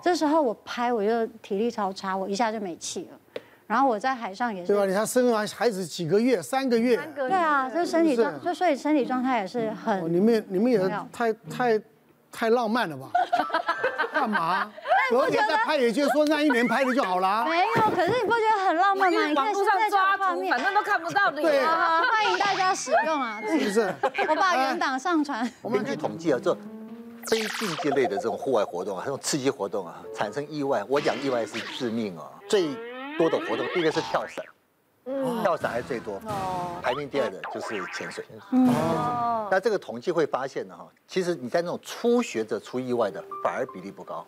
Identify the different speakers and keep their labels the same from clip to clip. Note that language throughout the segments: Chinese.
Speaker 1: 这时候我拍我就体力超差，我一下就没气了。然后我在海上也是，
Speaker 2: 对吧？你看生完孩子几个月，三个月，
Speaker 3: 三个
Speaker 1: 对啊，就身体状，
Speaker 2: 是
Speaker 1: 就所以身体状态也是很
Speaker 2: 哦，你们也你们也
Speaker 1: 没有
Speaker 2: 太太太浪漫了吧？干嘛？隔年再拍，也就是说那一年拍的就好啊 啦。
Speaker 1: 没有。可是你不觉得很浪漫吗？
Speaker 3: 月
Speaker 1: 你
Speaker 3: 网
Speaker 1: 看
Speaker 3: 络
Speaker 1: 现
Speaker 3: 上
Speaker 1: 在这
Speaker 3: 抓
Speaker 1: 个画
Speaker 3: 图，
Speaker 1: 面
Speaker 3: 反正都看不到你
Speaker 2: 对
Speaker 3: 啊。
Speaker 1: 啊，欢迎大家使用啊！
Speaker 2: 是不是？哎
Speaker 1: 我把原档上传。
Speaker 4: 我们根据统计啊，这非竞技类的这种户外活动啊，这种刺激活动啊，产生意外，我讲意外是致命啊。最多的活动一个是跳伞，哦跳伞还最多，排名第二的就是潜水。那这个统计会发现呢，哈，其实你在那种初学者出意外的反而比例不高，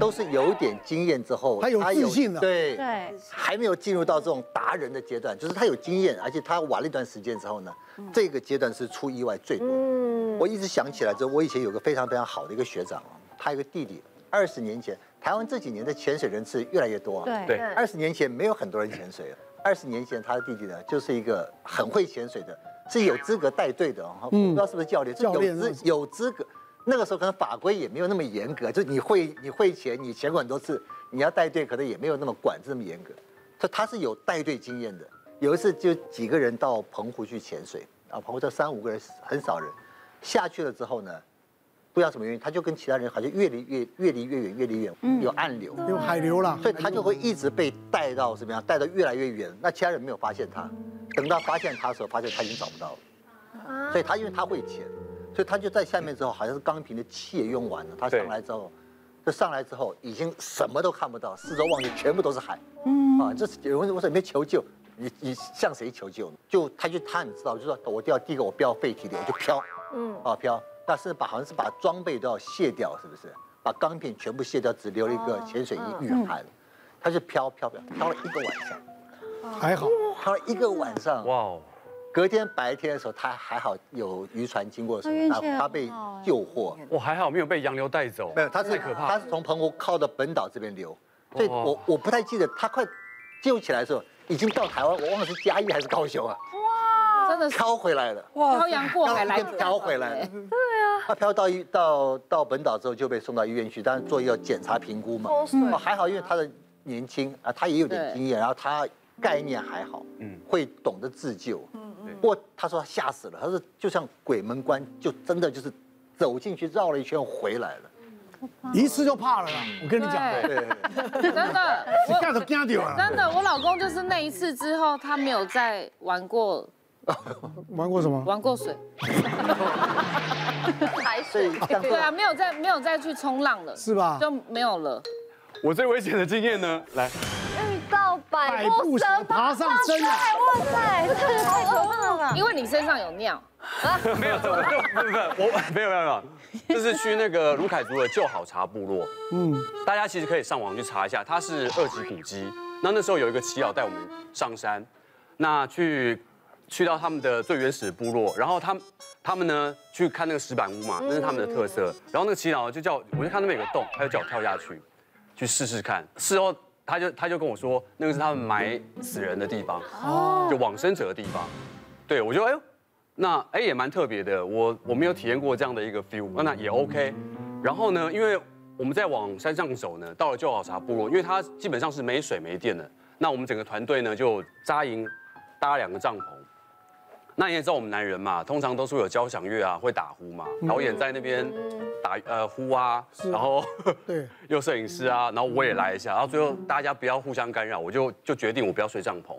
Speaker 4: 都是有点经验之后，
Speaker 2: 他有自信了
Speaker 4: 对
Speaker 1: 对，
Speaker 4: 还没有进入到这种达人的阶段，就是他有经验，而且他玩了一段时间之后呢，这个阶段是出意外最多。我一直想起来，就我以前有个非常非常好的一个学长啊，他有个弟弟，二十年前，台湾这几年的潜水人次越来越多啊。
Speaker 1: 对
Speaker 5: 对
Speaker 4: 二十年前没有很多人潜水，二十年前他的弟弟呢，就是一个很会潜水的，是有资格带队的哦，不知道是不是教练，是
Speaker 2: 教练
Speaker 4: 有
Speaker 2: 那
Speaker 4: 资有资格。那个时候可能法规也没有那么严格，就你会你会潜，你潜过很多次，你要带队可能也没有那么管制那么严格，所以他是有带队经验的。有一次就几个人到澎湖去潜水啊，澎湖这三五个人很少人，下去了之后呢，不知道什么原因，他就跟其他人好像越离越越离越远，越离越
Speaker 2: 嗯
Speaker 4: 远，有暗流，
Speaker 2: 有海流了，
Speaker 4: 所以他就会一直被带到什么样，带到越来越远。那其他人没有发现他，等到发现他的时候，发现他已经找不到了。所以他因为他会潜，所以他就在下面之后，好像是钢瓶的气也用完了。他上来之后，就上来之后已经什么都看不到，四周望去全部都是海。啊，这是有人我说你没求救，你你向谁求救呢？就他就他你知道，就说我掉第一个我不要废体力，我就飘，嗯，啊飘，但是把好像是把装备都要卸掉，是不是？把钢片全部卸掉，只留了一
Speaker 1: 哦
Speaker 4: 个潜水衣
Speaker 1: 嗯
Speaker 4: 御寒，他就飘飘飘飘了一个晚上，
Speaker 2: 还好，
Speaker 4: 飘了一个晚上，
Speaker 1: 嗯
Speaker 5: 哇哦，
Speaker 4: 隔天白天的时候他还好有渔船经过的时
Speaker 1: 那运
Speaker 4: 候，
Speaker 1: 气很
Speaker 4: 他他被
Speaker 1: 好哎
Speaker 4: 救获，
Speaker 5: 我还好没有被洋流带走
Speaker 4: 没。有，他是
Speaker 5: 太可怕
Speaker 4: 他是从澎湖靠到本岛这边流，所以我我不太记得他快救起来的时候，已经到台湾，我忘了是嘉义还是高雄啊，
Speaker 3: 真的是
Speaker 4: 飘回来了，
Speaker 3: 漂洋过海来
Speaker 4: 一边飘回来了，对啊，他飘到医到到本岛之后就被送到医院去，当然做要检查评估嘛，哦还好因为他的年轻啊，他也有点
Speaker 3: 对
Speaker 4: 经验，然后他概念还好，嗯
Speaker 5: 嗯，
Speaker 4: 会懂得自救，嗯
Speaker 5: 对
Speaker 4: 不过他说他吓死了，他说就像鬼门关，就真的就是走进去绕了一圈回来了，
Speaker 2: 一次就怕了啦。我嗯跟你讲，
Speaker 3: 对，
Speaker 4: 对对。对
Speaker 3: 真的，
Speaker 2: 你干都惊掉了。
Speaker 3: 真的，我老公就是那一次之后，他没有再玩过
Speaker 2: 玩过什么？
Speaker 3: 玩过水，
Speaker 6: 海
Speaker 4: 所以
Speaker 6: 水。
Speaker 4: 像这
Speaker 3: 对啊，
Speaker 4: 样
Speaker 3: 没有再没有再去冲浪了，
Speaker 2: 是吧
Speaker 3: 就没有了。
Speaker 5: 我最危险的经验呢，来，
Speaker 6: 遇到百步蛇
Speaker 2: 爬上身啊！
Speaker 6: 哇塞，这个太可怕了吧！
Speaker 3: 因为你身上有尿，
Speaker 5: 没有，没有，没有，我没有，没有，没有，就是去那个卢凯族的旧好茶部落。
Speaker 2: 嗯，
Speaker 5: 大家其实可以上网去查一下，它是二级古迹。那那时候有一个耆老带我们上山，那去去到他们的最原始的部落，然后他们他们呢去看那个石板屋嘛，那是他们的特色。然后那个耆老就叫我，我就看那边有个洞，他就叫我跳下去，去试试看。事后他就他就跟我说，那个是他们埋死人的地方，就往生者的地方。对，我就哎呦，那哎也蛮特别的，我我没有体验过这样的一个 feel，那也 OK。然后呢，因为我们在往山上走呢，到了旧好茶部落，因为它基本上是没水没电的，那我们整个团队呢就扎营搭两个帐篷。那你也知道我们男人嘛，通常都是会有交响乐啊，会打呼嘛，导演在那边打呃呼啊，然后
Speaker 2: 对，
Speaker 5: 有摄影师啊，然后我也来一下，然后最后大家不要互相干扰，我就就决定我不要睡帐篷，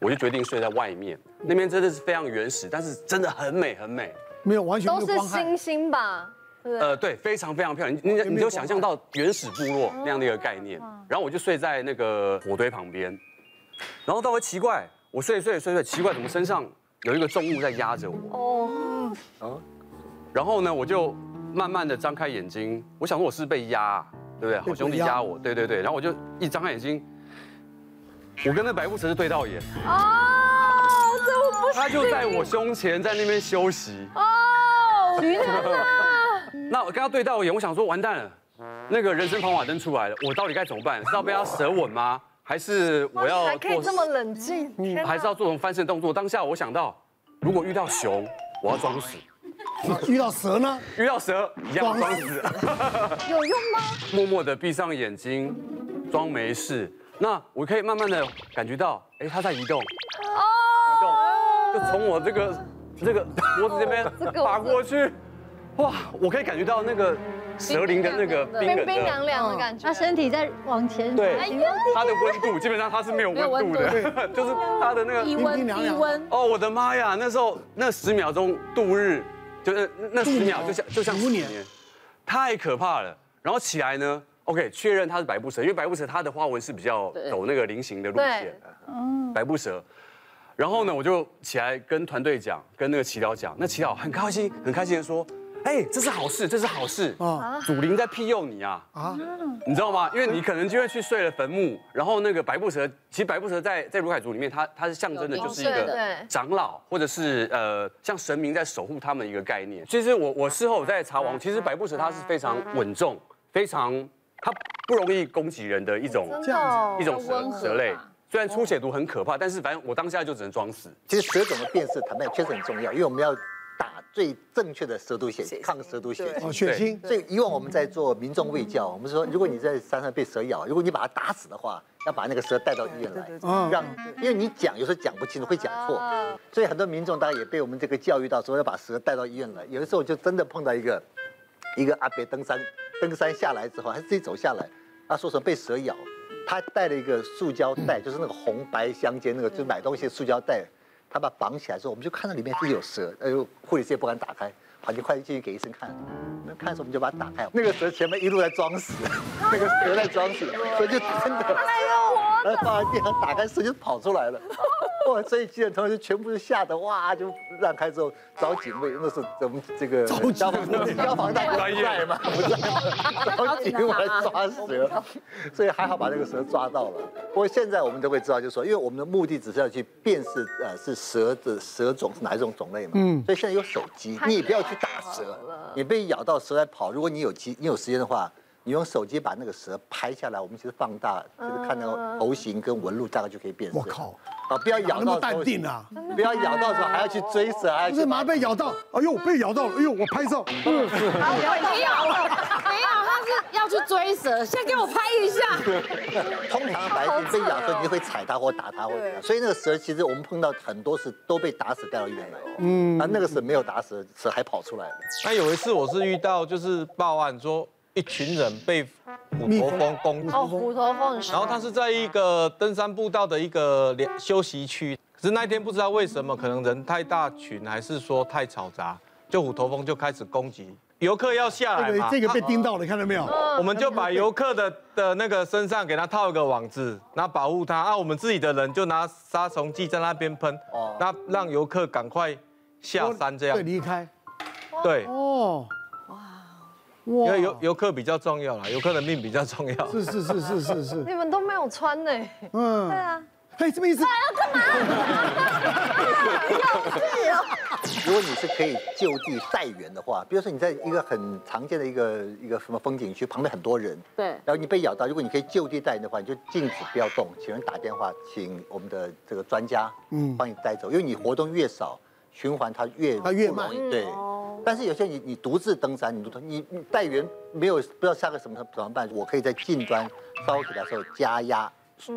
Speaker 5: 我就决定睡在外面。那边真的是非常原始，但是真的很美很美。
Speaker 2: 没有完全
Speaker 6: 都
Speaker 2: 没有
Speaker 6: 是
Speaker 2: 光害
Speaker 6: 星。星吧？
Speaker 5: 呃，对，非常非常漂亮，你你你就想象到原始部落那样的一个概念。然后我就睡在那个火堆旁边，然后到我奇怪，我睡睡睡睡，奇怪怎么身上有一个重物在压着我。
Speaker 6: 哦，
Speaker 5: 然后呢，我就慢慢的张开眼睛，我想说我是被压啊、对不对？
Speaker 2: 被
Speaker 5: 好兄弟压我，对对对。然后我就一张开眼睛，我跟那白富城是对到眼，
Speaker 6: 哦，这我不
Speaker 5: 他就在我胸前在那边休息。
Speaker 6: 哦，
Speaker 5: 那我跟他对到眼，我想说完蛋了，那个人生跑马灯出来了，我到底该怎么办？是要被他舌吻吗？还是我要
Speaker 6: 还可以
Speaker 5: 做嗯
Speaker 6: 这么冷静，天哪
Speaker 5: 还是要做什么翻身动作？当下我想到，如果遇到熊，我要装死。
Speaker 2: 啊遇到蛇呢？
Speaker 5: 遇到蛇一样装死，
Speaker 1: 有用吗？
Speaker 5: 默默的闭上眼睛，装没事。那我可以慢慢的感觉到，哎，它在移动，移动，就从我这个这个脖子这边
Speaker 6: 这个我
Speaker 5: 爬过去，哇，我可以感觉到那个蛇鳞的那个冰
Speaker 6: 冰
Speaker 5: 冷
Speaker 6: 冰
Speaker 5: 的，
Speaker 6: 凉凉的
Speaker 3: 嗯
Speaker 6: 感觉。
Speaker 1: 那
Speaker 3: 啊
Speaker 1: 身体在往前
Speaker 5: 对
Speaker 1: 哎呦
Speaker 5: 它的温度基本上它是没有温度
Speaker 3: 没
Speaker 5: 的， 就是它的那个
Speaker 3: 低
Speaker 2: 冰冰
Speaker 3: 温
Speaker 2: 凉
Speaker 3: 低
Speaker 2: 凉
Speaker 3: 温，
Speaker 5: 哦，我的妈呀！那时候那十秒钟度日，就是那那哦十秒就像就像
Speaker 2: 五
Speaker 5: 五
Speaker 2: 年
Speaker 5: 年，太可怕了。然后起来呢，OK，确认它是白步蛇，因为白步蛇它的花纹是比较
Speaker 3: 对
Speaker 5: 走那个菱形的路线嗯
Speaker 6: 对，
Speaker 5: 白步蛇。然后呢，我就起来跟团队讲，跟那个祈祷讲，那祈祷很开心，很开心的说，哎，这是好事，这是好事
Speaker 2: 啊
Speaker 5: 啊，祖灵在庇佑你啊。
Speaker 2: 啊，
Speaker 5: 你知道吗？因为你可能就会去睡了坟墓，然后那个白布蛇，其实白布蛇在在卢凯族里面，它它是象征的就是一
Speaker 6: 对
Speaker 5: 个
Speaker 6: 对
Speaker 5: 长老，或者是呃像神明在守护他们的一个概念。其实我我事后我在查网，其实白布蛇它是非常稳重，非常它不容易攻击人的一种
Speaker 2: 这样
Speaker 5: 一种
Speaker 3: 温
Speaker 5: 蛇
Speaker 3: 和
Speaker 5: 蛇类
Speaker 3: 吧。
Speaker 5: 虽然出血毒很可怕，但是反正我当下就只能装死。
Speaker 4: 其实蛇怎么辨识，谈判确实很重要，因为我们要打最正确的蛇毒血抗蛇毒血
Speaker 2: 哦，
Speaker 4: 清。
Speaker 2: 血腥，
Speaker 4: 所以以往我们在做民众卫教，我们说，如果你在山上被蛇咬，如果你把它打死的话，要把那个蛇带到医院来，
Speaker 2: 嗯，
Speaker 4: 让，因为你讲有时候讲不清楚，会讲错。
Speaker 6: 啊
Speaker 4: 所以很多民众当然也被我们这个教育到，说要把蛇带到医院来。有的时候就真的碰到一个一个阿伯登山，登山下来之后，他自己走下来，他说什么被蛇咬，他带了一个塑胶袋，就是那个红白相间那个，就是买东西的塑胶袋，他把它绑起来之后，我们就看到里面是有蛇，哎呦，护理师也不敢打开，好，你快进去给医生看。那看的时候我们就把它打开，那个蛇前面一路在装死， 那个蛇在装死，所以就真的。然后呃放在地上打开蛇就跑出来了。哇！所以急诊同学就全部就吓得哇，就让开之后找警卫，那是我们这个
Speaker 2: 找警
Speaker 4: 消防消防大哥不在嘛，不在嘛，找警卫 来抓蛇，所以还好把那个蛇抓到了。不过现在我们都会知道，就是说，因为我们的目的只是要去辨识呃是蛇的蛇种是哪一种种类嘛，嗯，所以现在有手机，你也不要去打蛇，你被咬到蛇在跑，如果你有机你有时间的话。你用手机把那个蛇拍下来，我们其实放大，就是看到头型跟纹路，大概就可以辨识。
Speaker 2: 我靠，
Speaker 4: 啊，不要
Speaker 2: 哪
Speaker 4: 咬
Speaker 2: 那么
Speaker 4: 到
Speaker 2: 淡
Speaker 4: 东西
Speaker 2: 定啊？
Speaker 4: 不要咬到的时候还要去追蛇，还要
Speaker 2: 不
Speaker 4: 去
Speaker 2: 是马上被咬到，哎呦，被咬到了，哎呦，我拍照，
Speaker 7: 嗯
Speaker 3: 没有没有，他是要去追蛇，先给我拍一下。
Speaker 4: 通常白鲸被咬的时候，你就会踩它或打它或怎么样，所以那个蛇其实我们碰到很多是都被打死带到医院来。嗯，啊，那个蛇没有打死，蛇还跑出来了。
Speaker 7: 那有一次我是遇到就是报案说一群人被虎头蜂攻击，
Speaker 6: 哦，虎头蜂很
Speaker 7: 然后他是在一个登山步道的一个连休息区，可是那一天不知道为什么，可能人太大群，还是说太嘈杂，就虎头蜂就开始攻击游客要下来
Speaker 2: 这
Speaker 7: 嘛
Speaker 2: 哎个，这个被嗯盯到了，看到没有？
Speaker 7: 我们就把游客的的那个身上给他套一个网子，那保护他。啊，我们自己的人就拿杀虫剂在那边喷
Speaker 4: 哦，
Speaker 7: 那让游客赶快下山这样
Speaker 2: 哦对，。离开。
Speaker 7: 对，
Speaker 2: 哦，
Speaker 7: 因
Speaker 2: 哇，
Speaker 7: 为游游客比较重要啦，游客的命比较重要。
Speaker 2: 是是是是是是，
Speaker 6: 你们都没有穿呢，
Speaker 2: 嗯，对啊，嘿，什么意思？
Speaker 4: 如果你是可以就地待援的话，比如说你在一个很常见的一个一个什么风景区旁边很多人，
Speaker 3: 对，
Speaker 4: 然后你被咬到，如果你可以就地待人的话，你就静止不要动，请人打电话请我们的这个专家，嗯，帮你带走，因为你活动越少，循环它越
Speaker 2: 它越
Speaker 4: 不容易
Speaker 2: 慢
Speaker 4: 对。但是有些你你独自登山，你独你你带员没有不知道下个什么怎么办？我可以在近端烧起来的时候加压。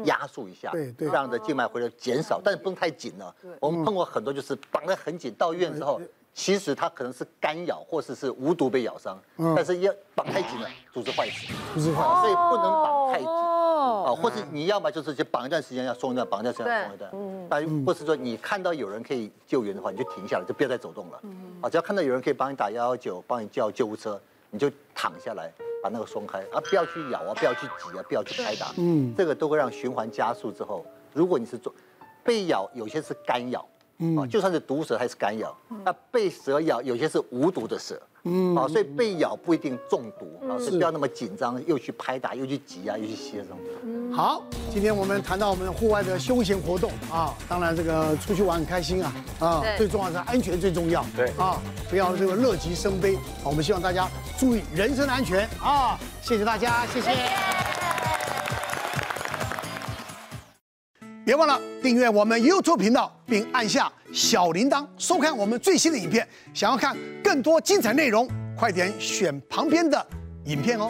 Speaker 4: 压缩一下，
Speaker 2: 对对
Speaker 4: 让的静脉回流减少，但是不能太紧了。我们碰过很多就是绑得很紧，到医院之后，其实它可能是干咬或者是无毒被咬伤，但是要绑太紧了，嗯组织坏死。
Speaker 2: 不是话，
Speaker 4: 所以不能绑太紧
Speaker 3: 哦，
Speaker 4: 啊，或是你要么就是就绑一段时间要松一段，绑一段时间要松一段，但或是说你看到有人可以救援的话，你就停下来，就不要再走动了，啊，只要看到有人可以帮你打幺幺九，帮你叫救护车，你就躺下来把那个松开啊，不要去咬啊，不要去挤啊，不要去拍打，嗯，这个都会让循环加速之后，如果你是做被咬，有些是干咬。啊，就算是毒蛇还是干咬，那被蛇咬有些是无毒的蛇，嗯，啊，所以被咬不一定中毒，啊，所以不要那么紧张，又去拍打，又去挤啊，又去吸啊这种。
Speaker 2: 好，今天我们谈到我们户外的休闲活动啊，当然这个出去玩很开心啊啊，
Speaker 6: 对
Speaker 2: 最重要的是安全最重要，
Speaker 5: 对
Speaker 2: 啊，不要这个乐极生悲啊，我们希望大家注意人身安全啊，谢谢大家，谢谢别忘了订阅我们 YouTube 频道，并按下小铃铛，收看我们最新的影片。想要看更多精彩内容，快点选旁边的影片哦。